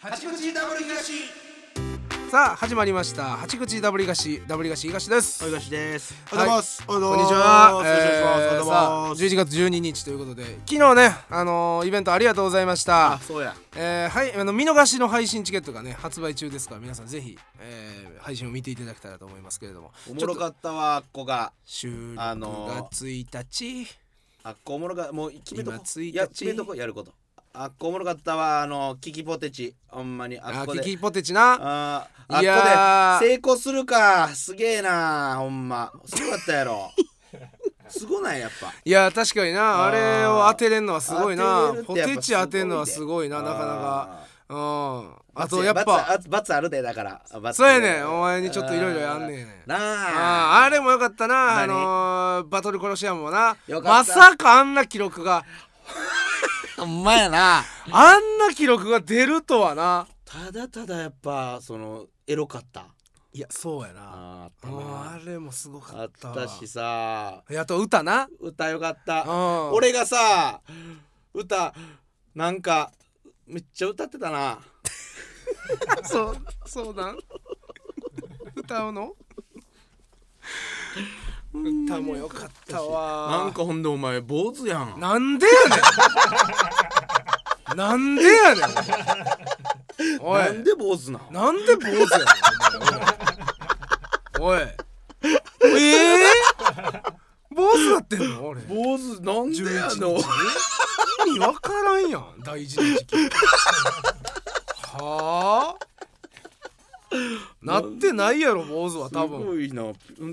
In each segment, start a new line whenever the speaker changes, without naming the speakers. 八口ダブル東さあ始まりました八口ダブル東ダブル東東です
おいがしです。。
おはようございます
こん
こんにちは、えー、さあ11月12日ということで昨日ねあのーイベントありがとうございまし
あ
た、
そうや。
えーはいあの見逃しの配信チケットがね発売中ですから皆さんぜひ、えー配信を見ていただけたらと思いますけれども
おもろ
ちょっと
かったわ、あっこが。
収録
あの
が1日、
あっこおもろかもう決めとこ
今。1日
いや、決めとこ、やること。あっこおもろかったわ、あの、キキポテチ。ほんまに、あ
あ
っこ
キ
で。
キポテチな
あー
い
あ
やー
っこで成功するかすげえなほんますごかったやろ すごないやっぱ
いや確かになあ
あー
れを当てれんのはすごい
当
な
てれるって
ポ
やっぱ
テチ当てんのはすごいな
す
な
ごい
か
ね
なかうんあ
罰
とやっぱ
罰罰あるでだから罰
そうやねんお前にちょっといろいろやんねんね
な
あー
あ
あれもよかったなあ
何
のーバトルコロシアムもな
よか
ま
った
さかあんな記録が
ほんまやな
あんな記録が出るとはな
ただただやっぱそのエロかった
いやそうやな
あー
うん
あ
あれもすごか
っ
った
た
わ
なあったしさ
いやあと歌な
歌よかっ
う
た
ん
俺がさ歌なんかめっちゃ歌ってたな
そうそうなん歌うの歌もよかったわ
なんかほんでお前坊主やん
なんでやねんなんでやねんおい
なんで坊主なん
なんで坊主やねんおいおいええー、坊主だってんの俺
坊主なんでや
11
の
日意味わからんやん大事な時期はあなってないやろ坊主は
す
多分
ごいなう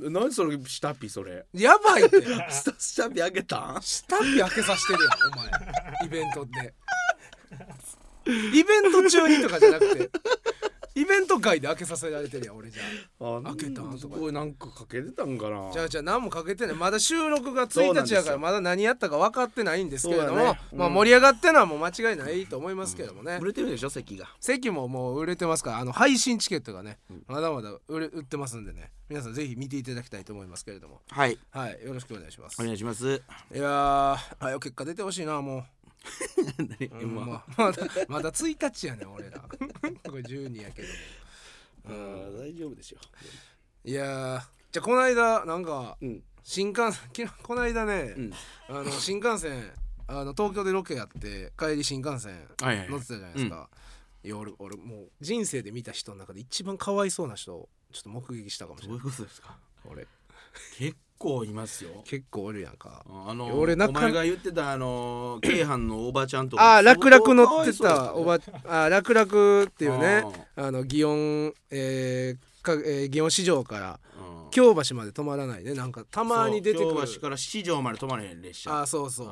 ん何それ下ピそれ
やばいって
下下ピあげたん
下火開けさせてるやんお前イベントでイベント中にとかじゃなくてイベント外で開けさせられてるやん俺じゃ
あ
開けたん
すごいなんかかけてたんかな
あじゃあじゃあ何もかけてないまだ収録が
そうな
1
んで
日
すよ
やからまだ何やったか分かってないんですけれども、
そうだねうん
まあ盛り上がってのはもう間違いないと思いますけどもね、
売れてるでしょ席が
席ももう売れてますからあの配信チケットがね、まだまだ売れ売ってますんでね皆さんぜひ見ていただきたいと思いますけれども
はい
はいよろしくお願いします、
お願いします
いやー早く結果出てほしいなもう
何
ま
今
あ まだまだ1日やねん俺ら これ12やけど
うん大丈夫でしょ
いやーじゃあこの間なんか
うん
新幹線 昨日この間ね、
うん
あの新幹線あの東京でロケやって帰り新幹線
はいはいはい
乗ってたじゃないですか、いや俺俺もう人生で見た人の中で一番かわいそうな人をちょっと目撃したかもしれ
どう
ない
いうことですか
俺
結構いますよ
結構おるやんか
あの
俺な
お
んか
前が言ってたあ の京阪のおばちゃんとか
あー楽々乗ってたおば
っ
あー楽々っていうね
あ
あの祇園、えーかえー祇園市場から
今
京橋まで止まらないねなんかたまに出てくる
京橋から七条まで止まれへん列車
あーそうそ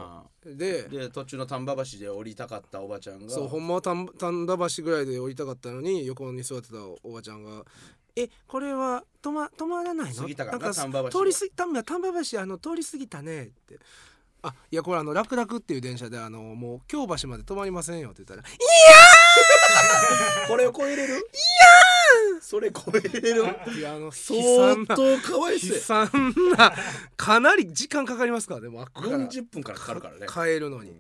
うで
で途中の丹波橋で降りたかったおばちゃんが
そうほんまは丹丹田橋ぐらいで降りたかったのに横に座ってたおばちゃんが「えこれは止ま止まらないの?」
過ぎたか
な
なん
か
丹波橋
通り過ぎ丹波丹波橋あの通り過ぎたね」って。あいやこれあの楽々っていう電車であのもう京橋まで止まりませんよって言ったら「
これを超えれるいやそれ超えれる
いやあの悲
相
惨な
当かわいそう
悲
や
惨なかなり時間かかりますからねもうあっこから
40分からかかるからね
帰るのに、っ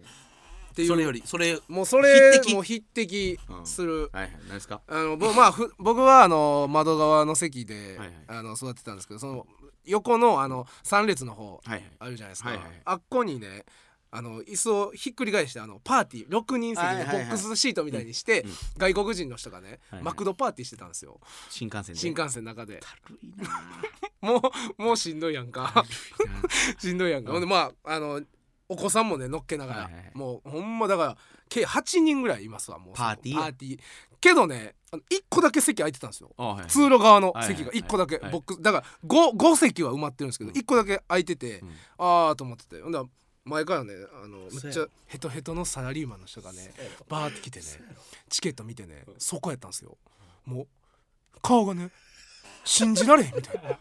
ていう
それよりそれはい
もうそれ
匹敵
もう匹敵する、
はい何ですか
あのぼまあふ 僕はあの窓側の席で、
はいはい
あの座ってたんですけどその横のあの3列の方
はいはい
あるじゃないですか、
はいはい
あっこにねあの椅子をひっくり返してあのパーティー6人席
はい
の
は
ボ
いはい
ックスシートみたいにして、
うんうん
外国人の人がね、
いはい
マクドパーティーしてたんですよ
新幹線で
新幹線の中で
軽いな
もうもうしんどいやんかしんどいやん
うん
か、ほんでまああのお子さんもね乗っけながら、
はいはいはい
もうほんまだから計8人ぐらいいますわもう
パーティー
パーティーけどね1個だけ席空いてたんですよ
あはい
通路側の
はいはい
席が1個だけ、
はい
ボックスだから 5, 5席は埋まってるんですけど
うん
1個だけ空いてて、
うん
ああと思っててほんだら前からねあのめっ
そう
ち
や
ゃヘトヘトのサラリーマンの人がねバーって来てねチケット見てねそこやったんですよもう顔がね信じられへんみたいな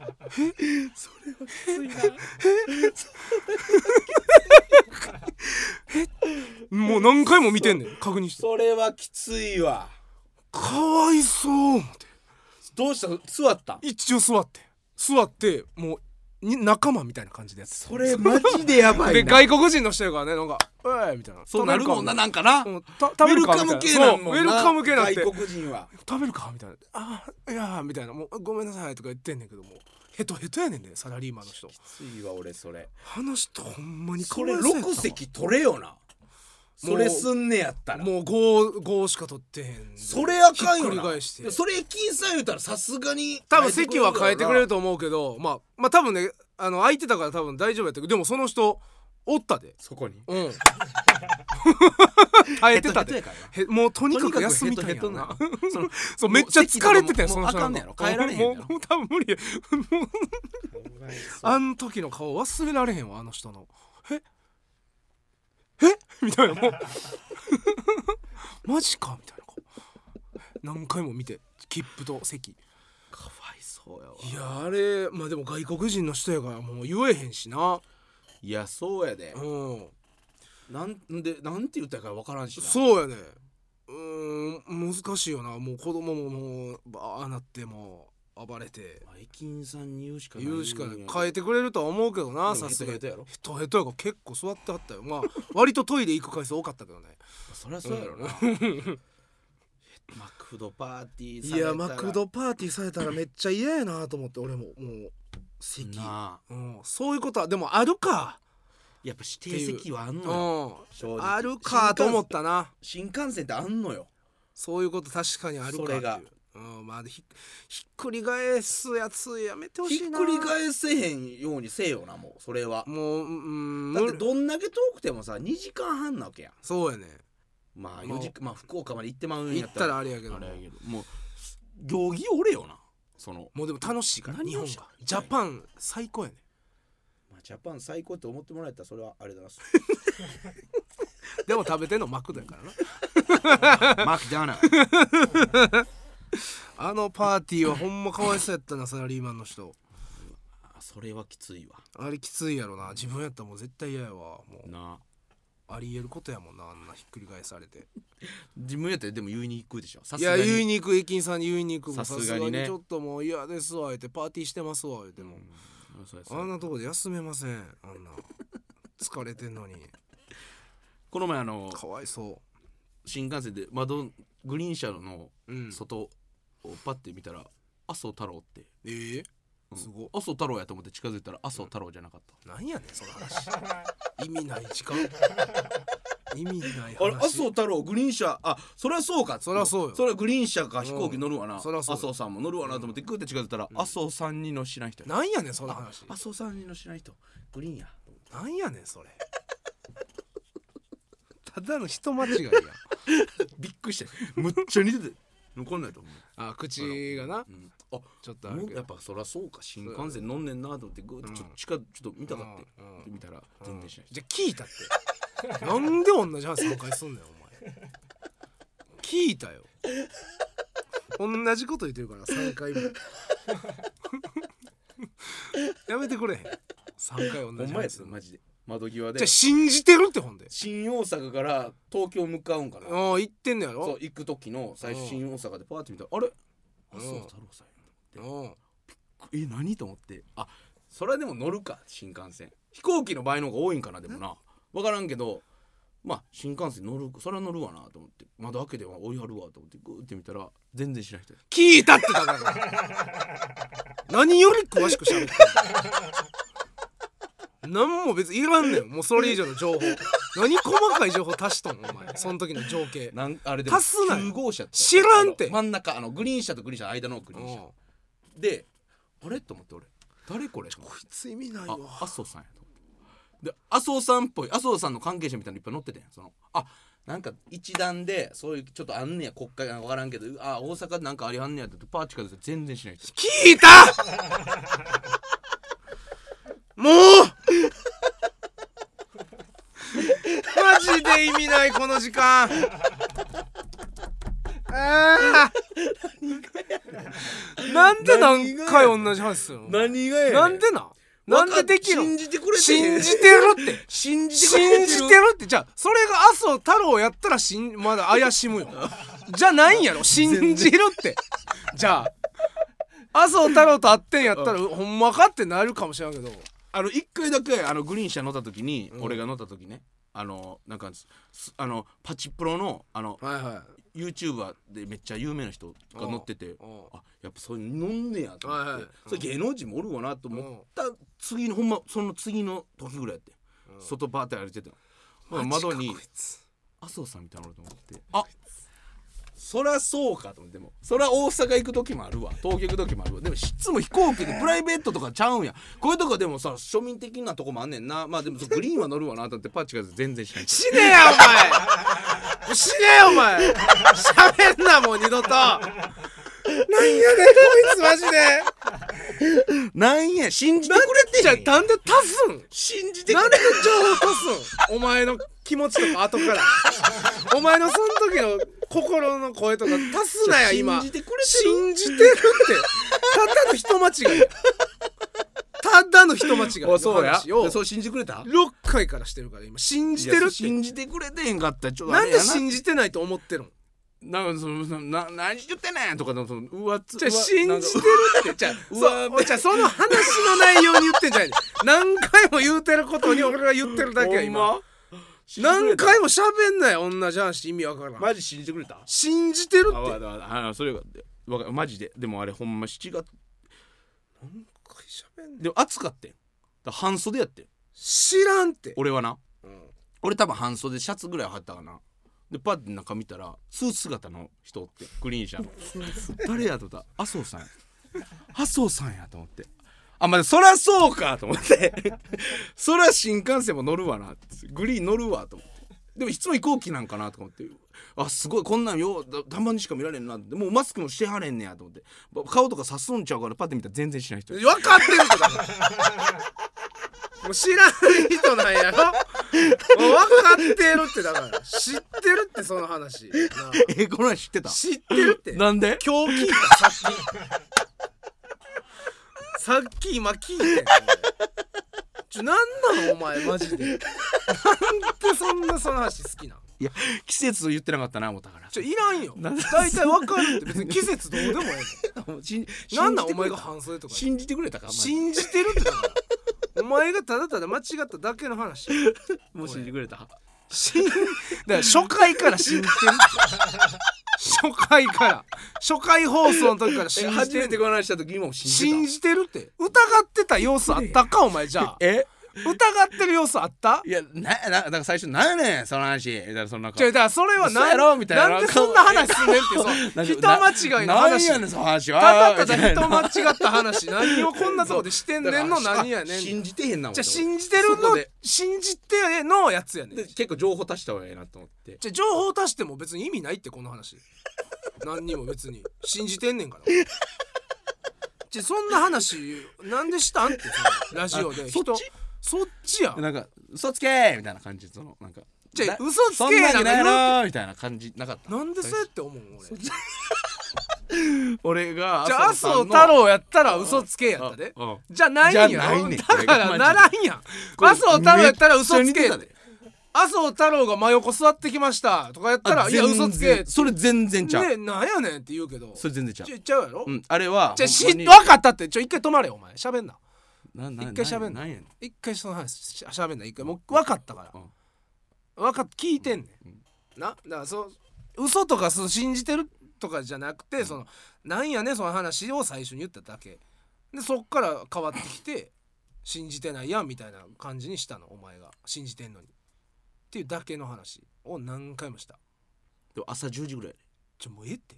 もう何回も見てんねん確認して
それはきついわ
かわいそう思って
どうした座った
一応座って座ってもうに仲間みたいな感じでやってた
それマジでやば
で
いな
外国人の人がねなんか「えい」みたいな
そうなるもんな
な
なんかな、
うん、た食べるか
ウェルカム
みたい
系なんもんな
そうウェルカム系なんて
外国人は
食べるかみたいな「あーいやー」みたいな「もうごめんなさい」とか言ってんねんけどもヘトヘトやねんでサラリーマンの人
ついわ俺それ
あの人ほんまに
それ
かわいそうやった
6
わ
席取れよなそれすんねやったら
もう5五しか取ってへんで
それあかん
ひっ
よ
くり
な
返して
それ金さん言うたらさすがに
多分席は変えてくれると思うけどまあまあ多分ねあの空いてたから多分大丈夫やったけどでもその人おったで
そこに
うん耐えてた
ヘトヘトや
で
からな
へもうとに
と
か
に
く
かく
休
ヘ
み
ト
たい
ヘ
んやろ
ト
な
なのその
そうめっちゃ疲れててんそ
もう
の人
あかんねやろ変えられへんや
もう
ろ
もう多分無理やもうあん時の顔忘れられへんわあの人のええみたいなもう マジかみたいな顔何回も見て切符と席
かわいそうやわ
いやあれまあでも外国人の人やからもう言えへんしない
やそうやで
うん
なんでなんて言ったか分からんしな
そうやねうーん難しいよなもう子供ももうバーなってもう暴れて
バイキンさんに言うしかない
言うしかない変えてくれるとは思うけどなさすがに
ヘトヘトやろ
ヘトヘトやから結構座ってはったよまあ割とトイレ行く回数多かったけどね
そりゃそうやろなマクドパーティー
い
されたら
やマクドパーティーされたらめっちゃ嫌やなと思って俺ももう席、
なあ
うん、そういうことはでもあるか
やっぱ指定席はあん
う
のよ
ん
正直
あるかと思ったな
新幹線ってあんのよ
そういうこと確かにあるかってい
それ
う
が
うんまあ、ひひっくり返すやつやめてほし
ひ
い
っ
な
くり返せへんようにせよなもうそれは
もううん
だって
無理
どんだけ遠くてもさ2時間半なわけやん
そうやね
まあ
もう
4時間まあ福岡まで行ってまうん
行
や
っ
ったた
ら
ら
あれやけど
あれ
も
やけどもう行儀おれよなその
もうでも楽しいから
何
日
を
本
し
がジャパン最高やね
まあジャパン最高って思ってもらえたらそれはありがとうござい
でも食べてんのマクドやからな
ますマクダーナ
あのパーティーはほんまかわいそうやったなサラリーマンの人
それはきついわ
あれきついやろな自分やったらもう絶対嫌やわもう
な
ありえることやもんなあんなひっくり返されて
自分やったらでも言いに行くでしょさ
い
すが
や
に
言いに行く駅員さんに言いに行くも
さ
ん
す
さ
がに
すがに
ね
ちょっともう嫌ですわ言ってパーティーしてますわ言っても、
うんそうです
あんなとこで休めませんあんな疲れてん のに
この前あの
かわいそ
新幹線で窓グリーン車の
ううん
外をパッて見たら麻生太郎って
えー
うん
すごっ
麻生太郎やと思って近づいたら麻生太郎じゃなかった
なんやねんその 話意味ない時間意味ない話
あれ麻生太郎グリーン車あそりゃそうか
そりゃそうよ
それはグリーン車か飛行機乗るわな、
うんそりゃそうよ
麻生さんも乗るわなと思ってグーって近づいたら、麻生さんにの知らん人や
なんやねんその話
麻生さんにの知らん人グリーンや
なんやね んそれただの人間違いや
びっくりしてむっちゃ似てて残んないと思う、
あ口がな
うん、あ
ちょっとあ
も
る
う
け
や
ど
っぱそりゃそうか新幹線乗んねんなと思ってグーってちょっと近づちょっと見たかって、
うん
見たら全然知らん人、
じゃあ聞いたって なんで同じ話3回すんねんお前聞いたよ同じこと言ってるから3回も やめてくれへん3回
ほ
同
ん
じ
まや
話
つ
する
マジで窓際
じゃ
で
あ信じてるってほんで
新大阪から東京向かうんかな
ああ言ってんのやろ
そう行く時の最初新大阪でパーって見たらあれ麻生太郎さんや
うん
え何と思ってあそれはでも乗るか新幹線飛行機の場合の方が多いんかなでもな分からんけどまあ新幹線乗るそれは乗るわなと思って窓開けては追いはるわと思ってグーって見たら全然知らん人や
聞いたってだから何より詳しく喋ってんの何も別にいらんねんもうそれ以上の情報何細かい情報足しとんお前その時の情景
なんあれで
足すなよ
9号車って
知らんて
真ん中あのグリーン車とグリーン車の間のグリーン車
こ
であれと思って俺誰これと思って
いつ意味ない
あ麻生さんやと思ってで麻生さんっぽい麻生さんの関係者みたいなのいっぱい載っててんそのあなんか一段でそういうちょっとあんねや国会が分からんけどあ大阪なんかありはんねやってパーチカで全然しない人
聞いたもうマジで意味ないこの時間あーなんで何回同じ話するの
何がやねん
なんでななんでできる
信
の
じてくれて
信じてるって
信じてくれて
信じ
る
てるってじゃあそれが麻生太郎やったらしんまだ怪しむよじゃないんやろ信じるってじゃあ麻生太郎と会ってんやったら、ほんまかってなるかもしれんけど
あの一回だけあのグリーン車乗った時に、
うん
俺が乗った時ねあのなんかすあのパチプロのあの
はいはい
YouTuber でめっちゃ有名な人が乗ってて
うん
あやっぱそういうの飲んねやと思って、
はいはい
それ芸能人もおるわなと思った次のほんまその次の時ぐらいやって、
うん
外バーって歩いてて、ほ
マ
な
ジか
窓に
こいつ
麻生さんみたいなのおると思ってあそりゃそうかと思ってでもそりゃ大阪行く時もあるわ東京行く時もあるわでもいつも飛行機 でプライベートとかちゃうんやこういうとこでもさ庶民的なとこもあんねんなまあでもそうグリーンは乗るわなと思ってパッチが全然しない
死ねやお前死ねやお 前喋んなもう二度となんやねんこいつマジで
なんや信じてくれ
じゃ
て
あ
ん
なんで足すん
信じてく
なん
れ
で情報足すんお前の気持ちとか後からお前のその時の心の声とか足すな
じ
や
ゃあ
今
信じてくれてる
信じてるってただの人間違いやただの人間違い
おそう
の
や
話を
そう信じてくれた
6回からしてるから今信じて
い
る
や
って
信じてくれてへんかったらちょっとあ
なん
れや
で信じてないと思ってるん
なんかそのそのな何言ってんねんとかのその上っつ
じゃあ
うわ
信
なんか
じてるってじゃあ
う
そ
わ
うじゃあその話の内容に言ってんじゃない何回も言うてることに俺が言ってるだけや今
ほんま信じてくれ
何
た
回も喋んなよ同じ話意味わからん
マジ信じてくれた
信じてる
あ
っ
わか
て
ったわかったあそれがわかマジででもあれほんま7月
喋んねん
でも暑かってんだから半袖やってん
知らんって
俺はな
うん
俺多分半袖シャツぐらいはったかなでパッて中見たらスーツ姿の人おってグリーン車の誰やと思ったら麻生さんや麻生さんやと思ってあまあそりゃそうかと思ってそりゃ新幹線も乗るわなってグリーン乗るわと思ってでもいつも飛行機なんかなと思ってあすごいこんなんようだ短パンにしか見られんなってもうマスクもしてはれんねやと思ってば顔とかさすんちゃうからパッて見たら全然しない人
分かってるってだからもう知らん人なんやろもう分かってるってだから知ってるってその話なあ
えこの話知ってた
知ってるって
なんで
今日聞いたさっきさっき今聞いてちょなんなのお前マジでなんでそんなその話好きなん
いや季節言ってなかったな思ったから
ちょいらんよ
なんで
大体わかるって別に季節どうでもいいな
なんん
な
だ
ん
お
お前
前が
が
半
半袖とか言う
信じてくれたか
信じてるってだからお前がただただ間違っただけ の話
もう信じてくれた
信だから初回から信じてるって初回から初回放送の時から信じ
初
て
め
る
てこの話した時今も信
信
じて
じてる って疑ってた様子あったかお前じゃあ
たえ
疑ってる様子あった
いやなななんか最初なんやねんその話みたいなそのなんか
じゃだからそれは
嘘やろ
なん
みたいな
なんでそんな話すんねん ってそう人間違いの話
なんやねんその話は
ただただ人
み
間違っ た話何をこんなとこでしてん
たいな
ねんの何や
だから
ねん
あ
じ
信じてへんな
ゃあ
思っ
信じてる
そこ
の
で
信じてのやつやねん
てで結構情報足した方がええなと思って
じゃあ情報足しても別に意味ないってこの 話何にも別に信じてんねんからじゃあそんな話なんでしたんってそのラジオで
あ
人
そっち
そっちや
なんか嘘つけーみたいな感じでそのなんか
じゃ
だ
あ嘘つけー
そんなわけないやろ
な
ーみたいな感じなかった
なんでそうやって思う俺じ
俺が
ゃあ麻
さんの
生太郎やったら嘘つけやったで
あうん
じゃあないんや
じゃないねん
だからならんやん麻生太郎やったら嘘つけやで麻生太郎が真横座ってきましたとかやったらいや嘘つけって
それ全然ちゃう、
ねなんやねんって言うけど
それ全然ちゃう
ちゃちゃうやろ
うん、あれは
じゃあ
ほんま
し
に
分かったってちょ一回止まれよお前喋んな
なな
一回喋ん
な
なん
やねん
一回その話ししゃべんない一回もう分かったから、
うん
分かっ聞いてんねん、なだからそう嘘とかそう信じてるとかじゃなくて、そのなんやねんその話を最初に言っただけでそっから変わってきて信じてないやんみたいな感じにしたのお前が信じてんのにっていうだけの話を何回もした
でも朝10時ぐらい
ちょもうええって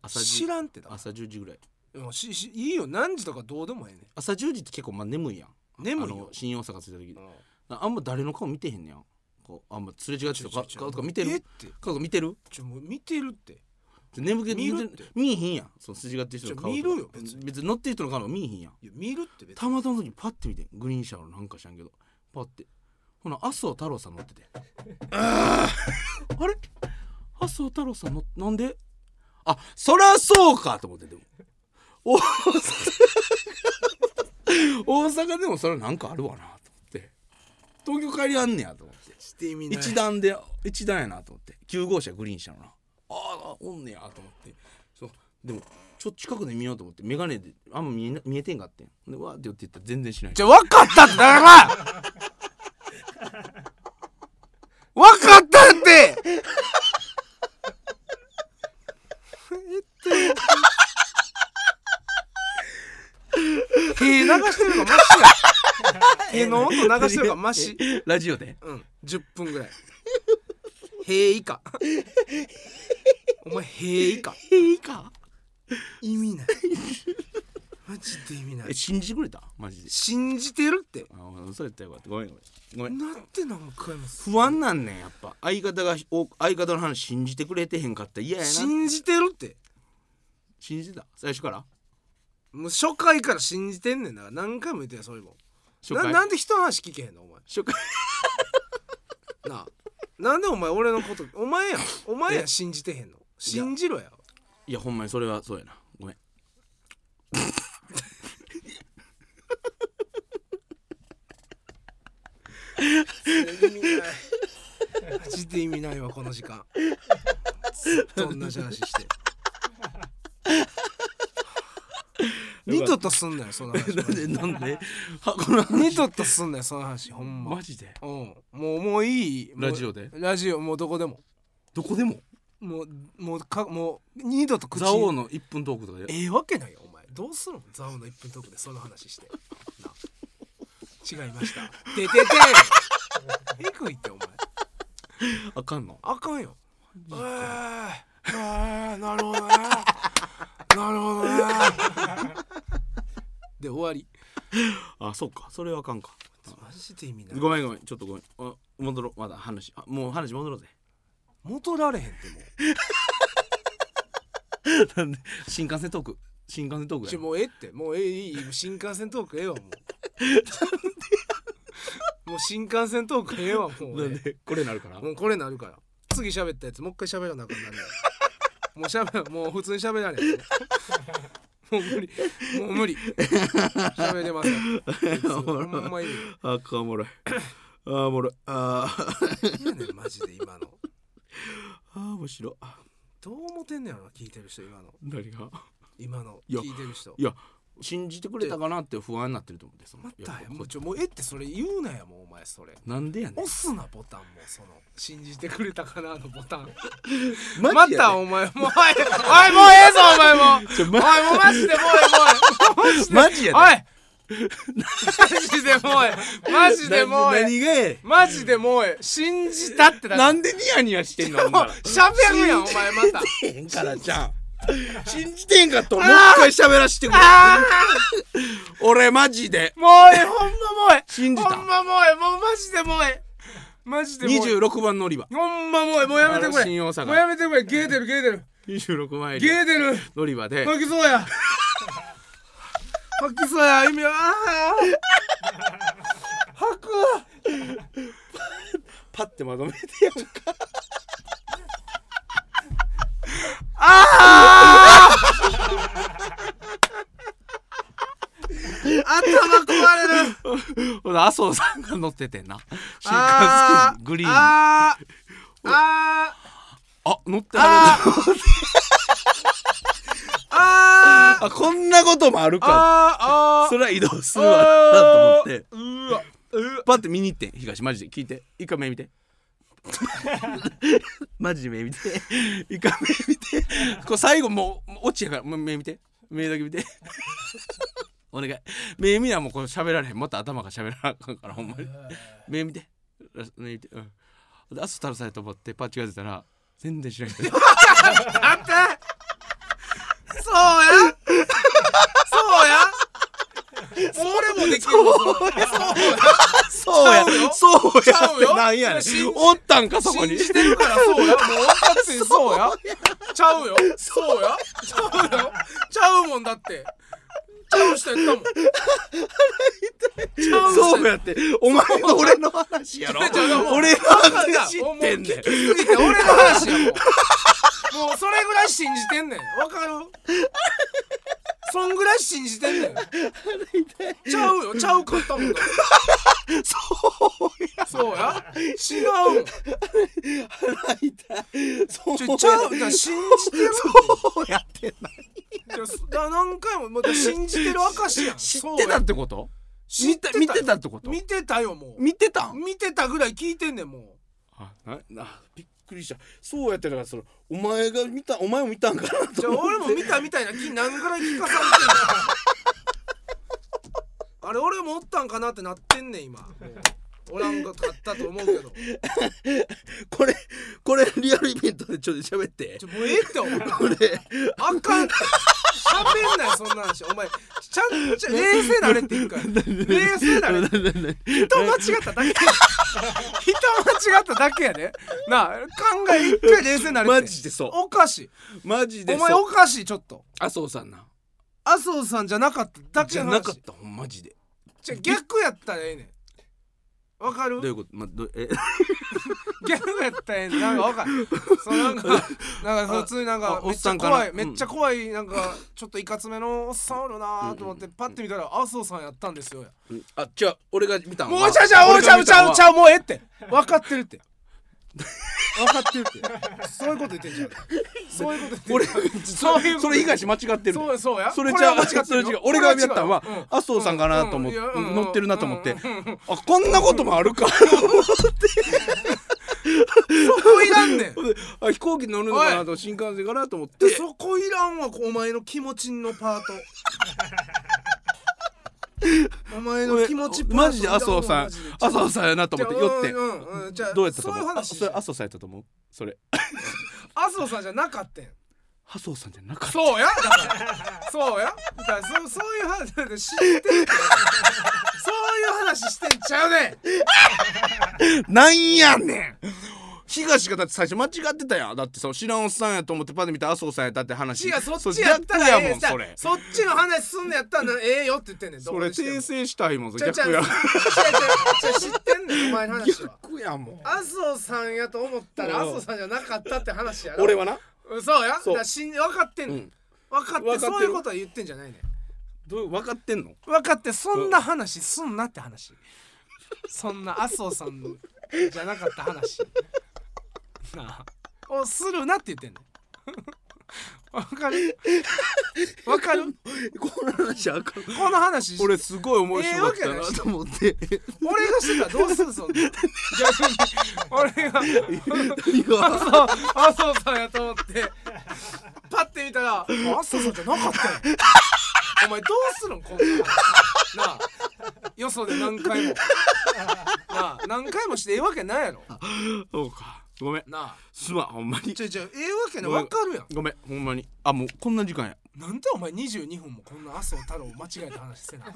朝10
知らんってだ
朝10時ぐらい
もうししいいよ何時とかどうでもええね
朝10時って結構まあ眠いやん
ん眠い
あの
よ
新大阪着いた時
うん
あんま誰の顔見てへんねやんこうあんますれ違って
ち
と
ょ
か
ちょちょ
顔とか見て
え
る
って
顔とか見てる
ちょもう見てるって
眠気
見るって
見えへんやんそのすれ違ってる人の顔とか
ちょ見るよ別
別
に
に乗ってる人の顔とか見えへんやん
いや見るって別に
たまたまの時パッて見てグリーン車のなんか知らんけどパッてほな麻生太郎さん乗っててあれ麻生太郎さんのなんであそりゃそうかと思ってでも大阪大阪でもそれなんかあるわなと思って東京帰りあんねやと思って
して意味ない
一段で一段やなと思って9号車グリーン車のなああおんねやと思ってそうでもちょっと近くで見ようと思って眼鏡であんま見えな見えてんかってんでわーって言って言ったら全然しない
じゃ分かったってだから分かった ってえっと手流してるのマシや 手の音流してる のがマシ
ラジオで
うん10分ぐらいへえ以下お前へえ以下
いいか
意味ないマジで意味な
え
い
信じてくれたマジで
信じてるって
あ嘘言ったらよかったごめんごめんごめん
なんて何回もす
不安なんねんやっぱ相方がお相方の話信じてくれてへんかったら嫌やな
信じてるって
信じてた最初から
もう初回から信じてんねんな何回も言ってんやんそういうもん
初
な
回
なんで人の話聞けへんのお前
初回
なあなんでお前俺のことお前やんお前やん信じてへんの信じろや
いやほんまにそれはそうやなごめん
意味ないマジで意味ないわこの時間ずっと同じ 話して二度とすんなよその 話
なんでなんでは この
二度とすんなよその話ほんま
マジで
うんもうもういいもう
ラジオで
ラジオもうどこでも
どこでも
もうもうかもう二度と口に
蔵王の一分トークとかで
ええわけないよお前どうするのザオの1分トークでその話してな違いましたてててえぐいってお前
あかんの
あかんよえー、えー、なるほどねなるほどねで終わり
あそうかそれはあかんか
マジで意味ない
ごめんごめんちょっとごめんあ戻ろうまだ話あもう話戻ろうぜ
戻られへんってもう
なんで新幹線トーク新幹線トーク
ち
や
ょもうええってもうええいい新幹線トークええわもうもう新幹線トークええわもう
な
俺
んでこれなるから
もうこれなるから次喋ったやつもう一回喋らなあかんなるよ もうしゃべもう普通に喋られへんもう無理もう無理喋れません ほんま意味な
あかお もろいあおもろいあ
いやねんマジで今の
あ面白い
どう思ってんねやろな聞いてる人今の
何が
今の
いや
聞いてる人
いや信じてくれたかなって不安になってると思ってその
また
やっ
や
ぱ
もうちょもうええってそれ言うなやもうお前それ
なんでやね
押すなボタンもその信じてくれたかなのボタン
ん
またお前もうおいおいもうええぞお前も
ちょ
お
ま
いもうマジでもうええもうええマジで
マジやで
おいマジでもうええマジでもうええ
何がえ
マジでもうええ信じたって
え
だから
なんでニヤニヤしてんのお
もう
前
喋るやんお前また
信じてへんからじゃん信じてへんかともう一回喋らしてくれ
あ
俺マジで
もうええほんまもうええ
信じた
ほんまもうええもうマジでもうええマジでもうええ
26番乗り場
ほんまもうええもうやめてくれ
新大阪
もうやめてくれゲー出るゲー出る
26番エリ
ゲ
ア
ー出る
乗り場で
吐きそうや吐きそうや意味はあー吐く
パッてまとめてやんか
あー頭壊れる
ほな麻生さんが乗っててんな新
あ
幹線グリーンにあ
あーあー
乗ってはる
あー
あこんなこともあるか
あーあ
それは移動す
ー
るわなと思って
うーわうわ
パッて見に行ってん東マジで聞いて一回目見て マジで目見て一回目見てこれ最後もうもう落ちやからもう目見て目だけ見て お願い目見なもうこれ喋られへんまた頭が喋らなあかんからほんまに目見て目見てうんで朝太郎さんやと思ってパッチが出たら全然しないから
あんたそうやそうや俺もできるもんそれ そうや
そうや
ちゃうよ
そうやって
ちゃうよ
なんやねん
信じ
おったんかそこに
信じてるからそうやもう分かってんそうやちゃうよそうやちゃうよちゃうもんだってちゃう人やったもんちゃう人
そうやってお前の俺の話やろ
ちょちょもう
俺の話知ってんねん
聞 きすぎて俺の話やもうもうそれぐらい信じてんねんわかるそんぐらい信じてんねんちゃうよちゃうかったもんだ そうやそうや違うもん
痛いそう
ちょちゃうだから信じてる
そうやってない
じゃあすだから何回もまた信じてる証やん
知っ
そう
てた
や
ってこと
知
見
って
た
た
見てたってこと
見てたよもう
見てたん
見てたぐらい聞いてんねんも
あななびっくりしたそうやってだからそのお前が見たお前も見たんかな
うじゃ
と
あ
思って
俺も見たみたいな気何ぐらい聞かされてんのあれ俺もおったんかなってなってんねん今もうおらんかったと思うけど
これこれリアルイベントでちょっと喋って
ちょもうええってお前
これ
あかんって喋んないそんな話お前ちゃんちゃん冷静なれって言うから冷静なれ人間違っただけ人間違っただけやでなあ考え一回冷静なれって
マジでそう
おかしい
マジで
お
そう
前おかしいちょっと
麻生さんな
麻生さんじゃなかっただけ
じゃ
の話
なかったほんまマジで
じゃ逆やったらええねんわか
ど
る
ういうことまどえ
逆やったらええねんなんかわ かるそうなんかなんか普通になんか
あ
め
お
っ
っ
ちゃ
さんか
怖
ない
めっちゃ怖いなんかちょっといかつめのおっさんおるなーと思ってパッて見たら麻生さんやったんですよや
あ違う俺が見たんは
もうちゃうちゃう俺ちゃうちゃうち
う
ゃうもうええって分かってるって分かってるってそういうこと言ってんじゃんそういうこと言
俺
ってんじゃん
そ
そういうこと
それ東間違ってる
そうそうや
それじゃ
こは
あ
間違って
それ
る
違う
よ
俺が見たんは
これ違うよ
麻生さんかなと思って
うんうんうん
乗ってるなと思って
うんうんうん
あこんなこともあ るか
そこいらんねん
あ飛行機乗るのかなと新幹線かなと思って
そこいらんわお前の気持ちのパ ートお前の気持ちパート
マジで麻生さん
マジで
麻生さんやなと思って寄って
うんうんうんじゃあ
どうやったと思
そう
う
いう
あ
話
それ麻生さんやったと思うそれ
麻生さんじゃなかったん
麻生さんじゃなかった
そうやだからそうやだからそうそういう話だって知ってるってそういう話してんちゃうね
なんやねん東がだって最初間違ってたやんだってその知らんおっさんやと思ってパッて見たら麻生さんやったって話
違うそっちやったら
逆
ええ
やもんそれ
そっちの話すんのやったらええよって言ってんねんど
そ
こ
れ
にしても
訂正したいもんそ
ちゃ
れ
うちゃう
逆
違う違
や
う違う知ってんねんお前の話は
逆やもん
麻生さんやと思ったら
うん
麻生さんじゃなかったって話やろ
俺はな
うんそうや
そう
だからしん分かってんねん、
うん
分かって
分かってる
そういうことは言ってんじゃないねん
どう分かってんの
分かってそんな話すんなって話そんな麻生さんじゃなかった話なあをするなって言ってんねん分かる分かる
この話あかん
この話
俺すごい面白かったなと思って
俺がしてたらどうするそん な逆に俺が
何が
麻生麻生さんやと思ってパッて見たら麻生さんじゃなかったよお前どうするんこんなんなあよそで何回もなあ何回もしてええわけないやろ
そうかごめん
なあ
すまんほんまに
ちょいちょいええわけないわかるやん
ごめんほんまにあもうこんな時間や
なんでお前22分もこんな麻生太郎を間違えた話してな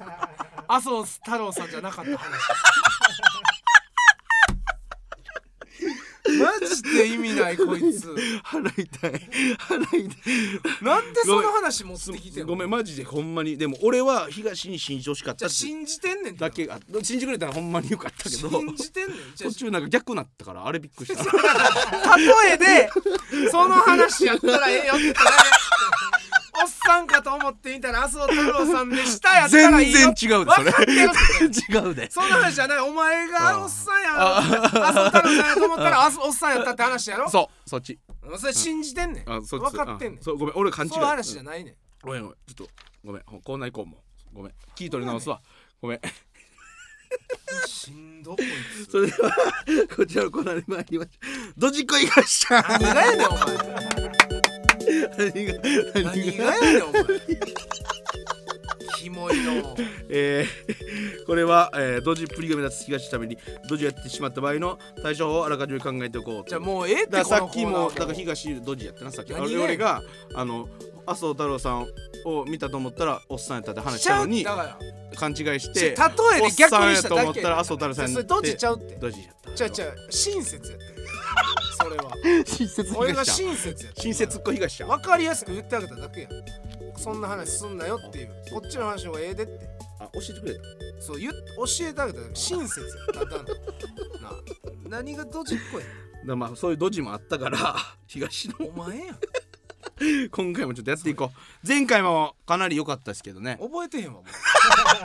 麻生太郎さんじゃなかった話マジで意味ないこいつ
払いたい払いた
なんでその話持ってきて
い
んの
ごめんマジでほんまにでも俺は東に信じてほしかっ
じゃ
た
あ信じてんねんて
だけが信じてくれたらほんまによかったけど
信じてんねんじゃ
途中なんか逆なったからあれびっくりし た
あ例えでその話やったらええよって言ったらねおっさんかと思ってみたら麻生太郎さんでしたやったらいいよ
全然違うでそれ
分かってるって
違うで
そんな話じゃないお前がおっさんや麻生太郎さんやと思ったらあそおっさんやったって話やろ
そうそっち
それ信じてんねん
あそ
分
っち
かってんね
あ
んそ
そうごめん俺勘違いう
いう話じゃないねん
ごめんごめんちょっとごめんほコーナー行こうもうごめん聞い取り直すわごめん
しんどこいつ
それではこちらのコーナーに参りましょうドジっ子いがした
何がやねんお前
何が
何がやねんお前キモい の
えー、これは、えー、ドジっぷりが目立つ気がしためにドジをやってしまった場合の対処法をあらかじめ考えておこう
じゃあもうええって
だ
こ
からさ
の
っ
コー
き
ナ
も
ー
だから東ドジやったなさっき
何が
俺俺があの麻生太郎さんを見たと思ったらおっさんやったって話
し
し
ち
た
ゃ
の
うって
に
だから
勘違いし
例え
て
で逆にし
おっ
た
さんやと
だ
思っ
け
たら麻生太郎さんやって
それどっちちゃうって
ドジやった
ちゃうちゃう親切やってそれは
親切
俺が
東ちゃん
親切やって
親切っ子東ちゃん
分かりやすく言ってあげただけやそんな話すんなよっていうこっちの話の方がええでって
あ教えてくれた
そう言っ教えてあげただけ親切やただのなあ何がどじっこや
だまあそういうドジもあったから 東の
お前やん
今回もちょっとやっていこう前回もかなり良かったですけどね
覚えてへんわもう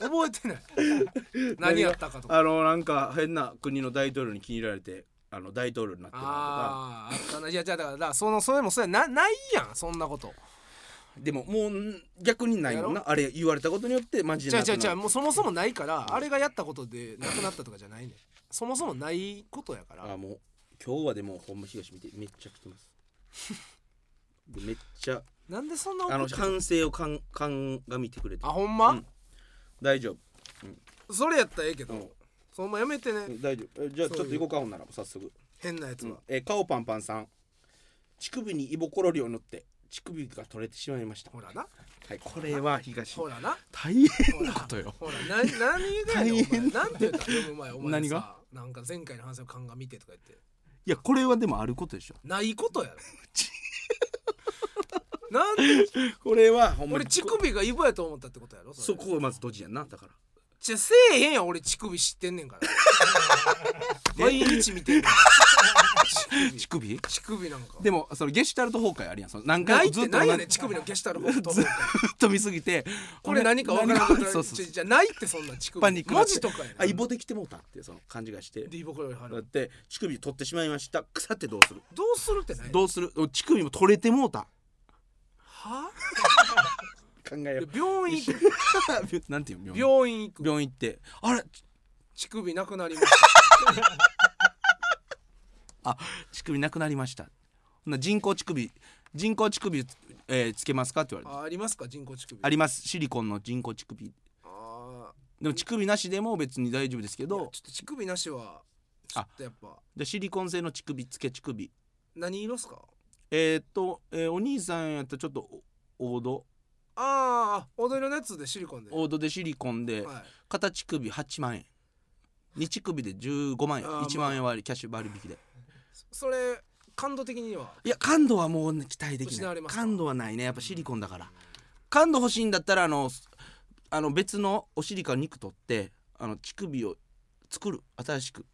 覚えてない何やったかとか
あのなんか変な国の大統領に気に入られてあの大統領になってるなとか
あーあったないやじゃあだからだからそのそれもそれなないやんそんなこと
でももうん逆にないもんなあれ言われたことによってマジ
じ
で
ゃ
な
あ
くな
じゃ
る
あじゃあもうそもそもないからあれがやったことでなくなったとかじゃないねんそもそもないことやから
あもう今日はでもほんま東見てめっちゃ来てますでめっちゃ
なんでそんな
あ
怒
の
ってんの
反省をかん鑑みてくれて
あほんま、
うん大丈
それやったらええけ
夫
どそんまやめて
う
ね
ん大丈夫えじゃあち
そう
ょっと行こうかほんなら早速
変なやつは、
えー、カオパンパンさん乳首にイボコロリを塗って乳首が取れてしまいました
ほらな
はいこれは東
ほらな
大変なことよ
ほらな何がやねんお前 なんて言ったでもお前お前
何
さ
が
なんか前回の反省を鑑みてとか言って
いやこれはでもあることでしょ
ないこと やろなんで
これはほんま
俺
に
乳首がイボやと思ったってことやろそ
そ
れ
こはまずドジやんなだから
じゃせえへんやん俺乳首知ってんねんから 毎日見てる
乳首
乳首なんか
でもそのゲシュタルト崩壊あるやんその何
な
回
いっ
もず
て
っと
ないよね
同じ
乳首のゲシュタルホル ト
ずっと見すぎて
これ何か分からんか
何
ら
かそうそうそう
じゃないってそんな乳首
パニックにな
文
って
字とかやねん
あイボできてもうたっていうその感じがして
でイボこれより貼
だっ
る
て乳首取ってしまいました腐ってどうする
どうするってない
どうする乳首も取れてもうた
は
考えよう
病院行く
なんていう 病院
病院行く
病院行ってあれ
乳首なくなりました
あ乳首なくなりましたほな人工乳首人工乳首、えーつけますかって言われて
あありますか人工乳首
ありますシリコンの人工乳首
あ
でも乳首なしでも別に大丈夫ですけ
ーいやち
ど
ょっと乳首なしはちょっとやっぱ
じゃあシリコン製の乳首つけ乳首
何色っすか
えー、っと、えーお兄さんやったらちょっとお王道
ああ踊りのやつでシリコンで、は
王道でシリコンで、
い、
片乳首8万円2乳首で15万円
あー
1
まあ
万円割りキャッシュ割引で
それ感度的にはい
や感度はもうね期待でき
失
な
わ
い
れますか
感度はないねやっぱシリコンだから感度欲しいんだったらあのすあの別のお尻から肉取ってあの乳首を作る新しく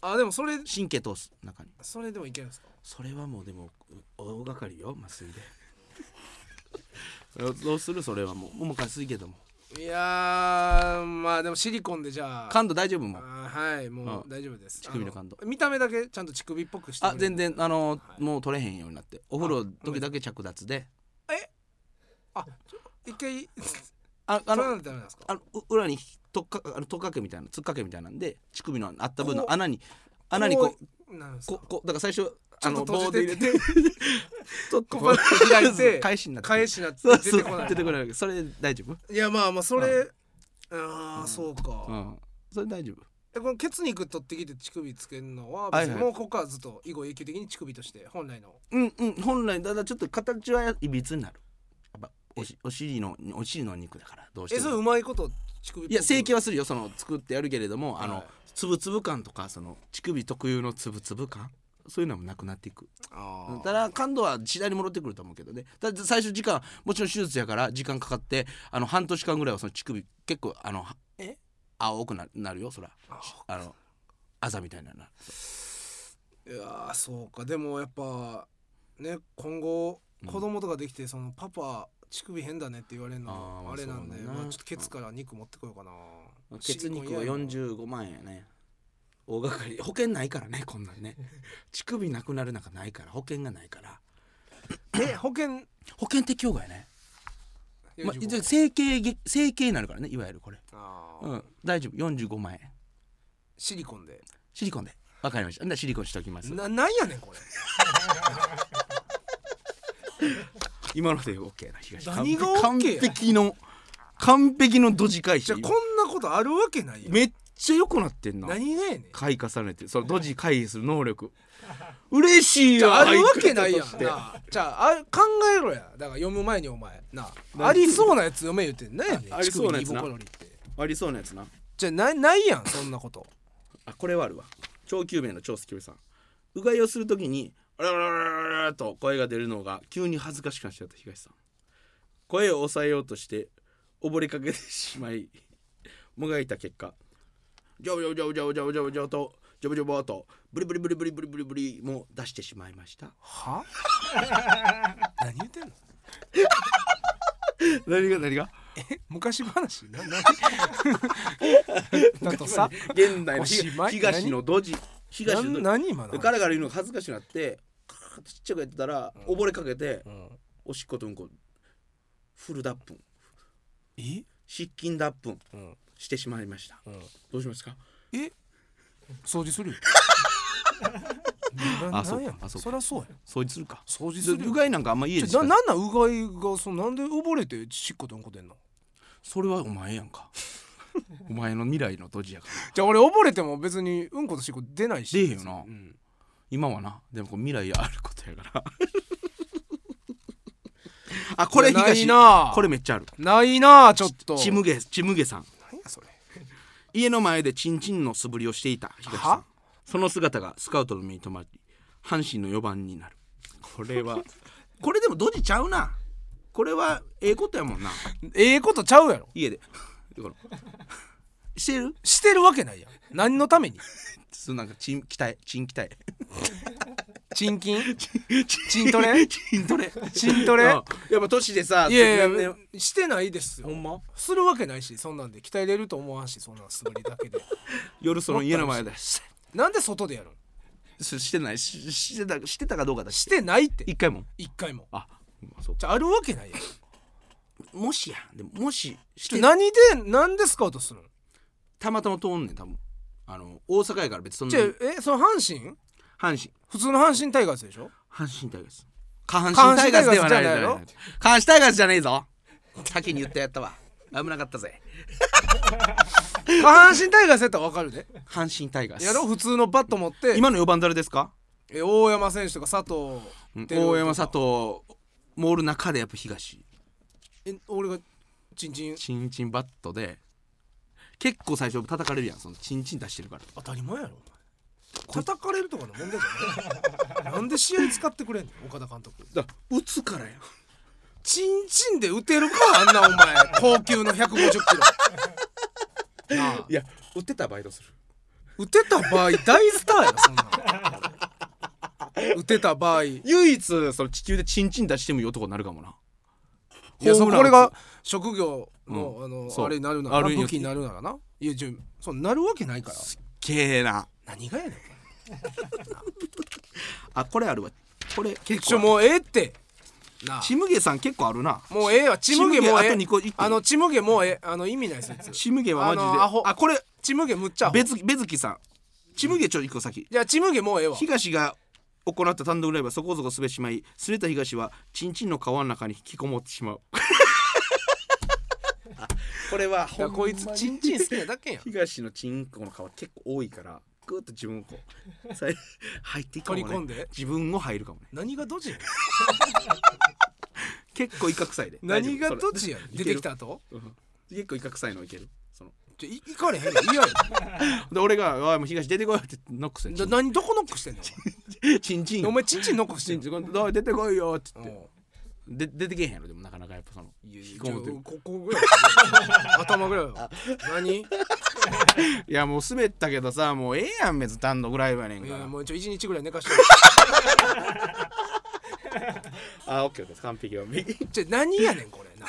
あでもそれ
神経通す中に
それでもいけるんですか
それはもうでもう大掛かりよ麻酔で どうどうするそれはもうもうかすいけども
いやーまあでもシリコンでじゃあ
感度大丈夫もう
あーはいもう
うん
大丈夫です
乳首の感度
あ見た目だけちゃんと乳首っぽくして
あ全
然
然あの、
はい
もう取れへんようになってお風呂時だけ着脱で
あちょ一回
ああ
あ
の
のなんてダメなんですか
あのう裏にとっかあのとっかけみたいなつっかけみたいなんで乳首のあった分
こ
の
う
穴に穴にこう
うなんですか
ここだから最初あの
ちょっと
棒
閉
で
じ
入
て
れ
て
てちょっと
こうパッと 開いて
返しになって
返しなって
そう
出
そう
てこない
出てこないそれ大丈夫
いやまあまあそれああそう
う
か
んそれ大丈夫
でこの血肉取ってきて乳首つけるのは
はいはい
別にもうここはずっと以後永久的に乳首として本来の
うんうん本来ただちょっと形はいびつになるやっぱおしお尻のお尻の肉だからどうして
えそれう
も
まいこと乳首っぽく
いや整形はするよその作ってやるけれどもあ
は
の
い
つぶつぶ感とかその乳首特有のつぶつぶ感そういうのもなくなっていく
あー
ただ感度は次第に戻ってくると思うけどねただ最初時間もちろん手術やから時間かかってあの半年間ぐらいはその乳首結構あのは
え
青くななるよそら
青く
あのあざみたいなのなる
いやーそうかでもやっぱね今後
うん
子供とかできてそのパパ乳首変だねって言われるの
あーま
も
あ
あれなんで
そうだな
まあちょっとケツから肉持ってこようかな
血肉は
シリコン嫌やな
45万円やね大掛かり保険ないからねこんなん ね乳首なくなるなんかないから保険がないから
え保 険
保険適用外やね、ま
45
あ、整形げ整形になるからねいわゆるこれ、
あー
うん、大丈夫45万円
シリコンで
シリコンでわかりましたじゃあシリコンしておきます
ななんやねんこ れ
今ので OK な東
何が
完
OK
璧完
や
璧の完璧のドジ回
じ
避
ゃあこんなことあるわけないやん
めっちゃ良くなってんな
何がやねん
回重ねてそのドジ回避する能力嬉しい
じゃ
よ
ああるわけないや
相方とし
ん
て
なあじゃああ考えろやだから読む前にお前なあありそうなやつ読め言うてんね
あありそうなやつな
乳首にイボコロリって
ありそうなやつな
じゃあないないやんそんなこと
あこれはあるわ超救命の超スキルさんうがいをするときに「あらららららら」と声が出るのが急に恥ずかしくなっちゃった東さん声を抑えようとして溺れかけてしまいもがいた結果ジョブジョブジョブジョブジョブジョブジョブとジョブジョブとブリブリブリブリブリブリブリも出してしまいました
は 何言ってんの
何が何が
昔話ななだとさ
現代の
おしまい
東のドジ東の
な
ドジ
何今の話
ガラガラ言うのが恥ずかしくなってカーッとちっちゃくやってたら溺れかけて
うん
おしっことうんこフル脱粉
え、
失禁脱粉
うん
してしまいました
うん、
どうしますか
え掃除するよ な
あそうか
なんや
あそうか
そりゃそうや
掃除するか
掃除する
う
よ
がいなんかあんま家でし
ちょ
か
ななんなんうがいがそのなんで溺れてしっことうんこ出んの
それはお前やん かお前の未来の土地やから
じゃあ俺溺れても別にうんことしっこ出ないし
出えへんよな
うん
今はなでもこう未来あることやからあこれ
いやな
東
いな
これめっちゃある
ないなあちょっと
ちむげちむげさん
何やそれ
家の前でチンチンの素振りをしていた東さん
は
その姿がスカウトの目に留まり阪神の4番になるこれは これでもドジちゃうなこれはええことやもんな
ええことちゃうやろ
家でだからしてる
してるわけないやん何のために
そうなんかチン鍛えチン鍛え
チン キン
チ
ントレ
チントレ
チントレ
うんやっぱ年でさ
いやい
ね
やしてないですよ
ほんます
るわけないしそんなんで鍛えれると思わんしそんなん素振りだけで
夜その家の前でし
なんで外でやるの
してないししてたしてたかどうかだし
してないって
一回も
一回も
あそう
じゃああるわけないやん
もしやでももしし
ちょ
て
何でなんでスカウトするの
たまたま通んねん多分あの大阪やから別に
じ
そ
ゃ
ん
あ
なに
えその阪神
阪神
普通の阪神タイガースでしょ
阪神タイガース下半
神
身
タ
タ
イ
イ
ガ
ガース
ースで
で
は
は
な
ないい
だろ
下半身タイガースじゃねえぞ先に言ってやったわ危なかったぜ
あ阪神タイガースやったらわかるで
阪神タイガース
やろ普通のバット持って
今の4番誰ですか
え大山選手とか佐藤輝とか
大山佐藤モール中でやっぱ東
え俺がチンチン
チンチンバットで結構最初叩かれるやんそのチンチン出してるから
当たり前やろお前叩かれるとかの問題じゃないなんで試合使ってくれんの岡田監督
だから打つからやん
チンチンで打てるかあんなお前高級の150キロなあ
いや打ってたバイトする
打てた場合大スターやなそんなん打てた場合い
唯一その地球でチンチン出してもいい男になるかもない
やそ
ホー
う
ムラン
これが職業の,、
うん
あ
そ
の
う
あれになるなら
ある意味
武器になるならないやじゃあそうなるわけないから
けえな
何がやねんお前
あこれあるわこれ結
ちょ
構
もうええってなあ
ちむげさん結構あるな
もうええわちむげもう
ちむげ
え
あと二個いって
え
いい
あのちむげもうええあの意味ないそいつ
ちむげはマジで
あのアホ
あこれ
ちむげむっちゃアホ
べずべずきさんちむげちょ一個先
じゃあちむげもうええわ
東が行った単独ライブはそこそこ滑ってしまいすれた東はチンチンの皮の中に引きこもってしま うこれはい
やこいつチンチン好きなだけやん
東のチンコの皮結構多いからグーッと自分をこうさい入っていくかも、ね、
取り込んで
自分も入るかもね
何がドジやねん
結構威嚇臭いで
何が
大丈
ど
夫
っちやねん
それ
出てきた後
うん結構威嚇臭いのいけるその
ちょい行かれへんやん嫌や
で俺が「おいもう東出てこい」ってノックす
ん
る
じゃ何どこノックしてんの
チンチ
お
ンよ
前お前 チンチンノックして
チン
んの
チンおい出てこいよって言って
お
で出てけへんやろでもなかなかやっぱその
ういやい
引
や
きこもってる
ここぐらい頭ぐらいは 何い
いやもう滑ったけどさもうええやん別に単独ライブやねんか
や
ら
もうちょ一日ぐらい寝かして
あオッケーオッケー完璧完璧
ちょ何やねんこれな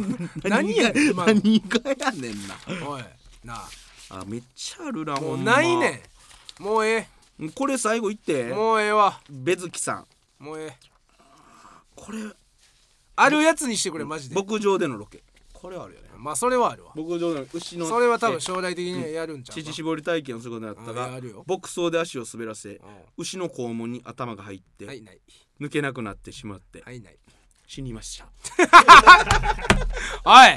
何やねん今の
何がやねんな
おいな
あめっちゃあるな
あも
ほ
うん
ま
ないねんもうえ
これ最後いっ
え
て
もうええわ
べずきさん
もうええ
これ
あるやつにしてくれマジで
牧場でのロケこれあるよね
まあそれはあるわ
牧場での牛の
それは多分将来的にやるんちゃう
乳搾り体験をすることになった
うん
が
やるよ
牧草で足を滑らせ
うん
牛の肛門に頭が入っ
は
て
いない
抜けなくなってしまって
はいない
死にました
おい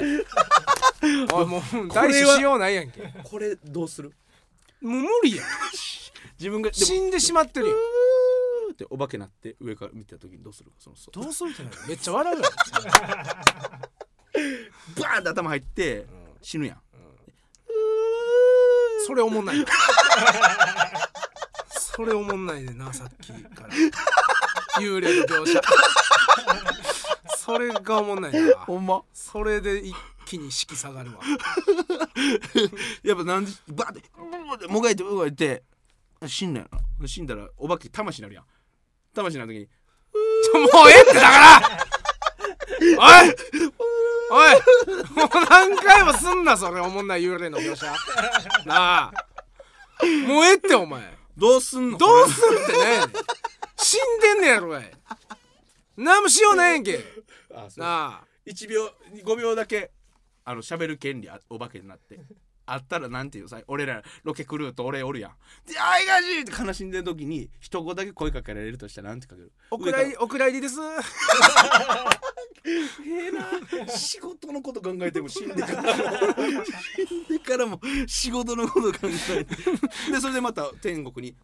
おいもう大事しようないやんけ
これどうする
もう無理やん
自分がでも
死んでしまってるやん
うーってお化けなって上から見てた時にどうするかそのそう
どうするってなるめっちゃ笑うや
バ
ん
ーンって頭入って死ぬやん、
それおもんないそれおもんないねんなさっきから幽霊の描写それがおもんないな
ほんま
それで一気に士気下がるわ
やっぱなんでバーってうーってもがいてもがいて死んだよな死んだらお化け魂になるやん魂になる時に
ちょもうええってだからおいおいもう何回もすんなそれおもんない幽霊の描写なあもうええってお前
どうすんの
どうすんってね死んでんねやろおい何もしようないやんけ
あそう
なあ
1秒5秒だけあの喋る権利あお化けになってあったらなんていうさ俺らロケ来ると俺おるやん「であいがしい!」って悲しんでる時に一言だけ声かけられるとしたらなんてかける
お蔵入りお蔵入りです
ええな仕事のこと考えても死んでからも死んでからも仕事のこと考えてでそれでまた天国に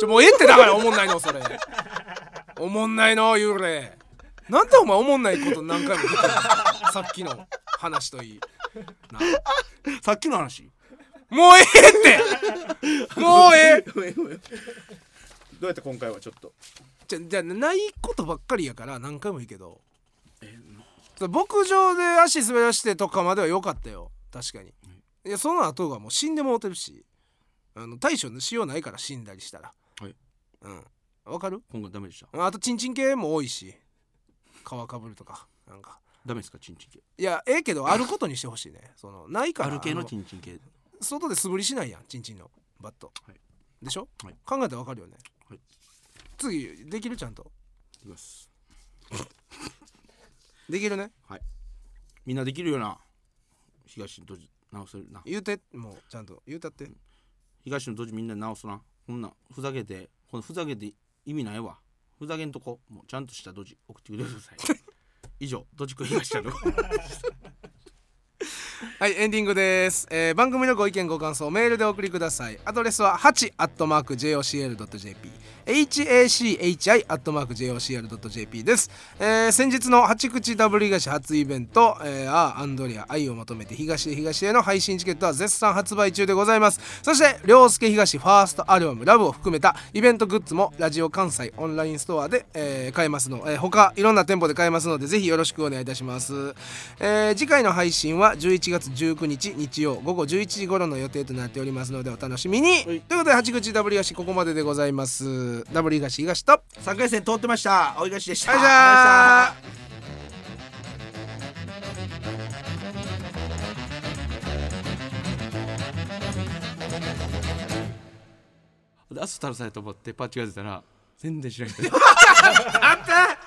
ちょもうええってだからおもんないのそれおもんないの幽霊なんでお前おもんないこと何回も言ってんのさっきの話といいな
さっきの話
もうええってもうええ
ごめんごめんどうやって今回はちょっと
じゃじゃあないことばっかりやから何回もいいけどそう牧場で足滑らしてとかまでは良かったよ確かにいやその後がもう死んでもうてるしあの対処のしようないから死んだりしたら
はい
うんわかる
今回ダメでした
あとチンチン系も多いし皮かぶるとかなんか
ダメですかチンチン系
いやえ えけどあることにしてほしいねそのないから
ある系
あ
の
の
チンチン系
外で素振りしないやんチンチンのバット、
はい
でしょ、
はい
考えたらわかるよね、
はい
次できるちゃんと
いきます
できるね
みんなできるよな東のドジ直せるな
言うてもうちゃんと言うたって、
東のドジみんな直すなこんなふざけてこのふざけて意味ないわふざけんとこもうちゃんとしたドジ送ってくれてくだ さい以上ドジくん東 ちゃんのコーナー
はいエンディングです、えー番組のご意見ご感想メールでお送りくださいアドレスは 8-jocl.jp hachi-jocl.jp です、えー先日の八口ダブル東初イベント「えー、あーアンドリア愛を求めて東へ東へ」の配信チケットは絶賛発売中でございますそして涼介東ファーストアルバム「ラブを含めたイベントグッズもラジオ関西オンラインストアで、えー買えますの、えー他いろんな店舗で買えますのでぜひよろしくお願いいたします、えー次回の配信は11月19日日曜午後11時頃の予定となっておりますのでお楽しみに、ということで八口ダブル東ここまででございますダブル東東と
3回戦通ってましたおいがしでした
あじゃあ
でアスタルさえと思ってパッチが出たら全然知らない
あった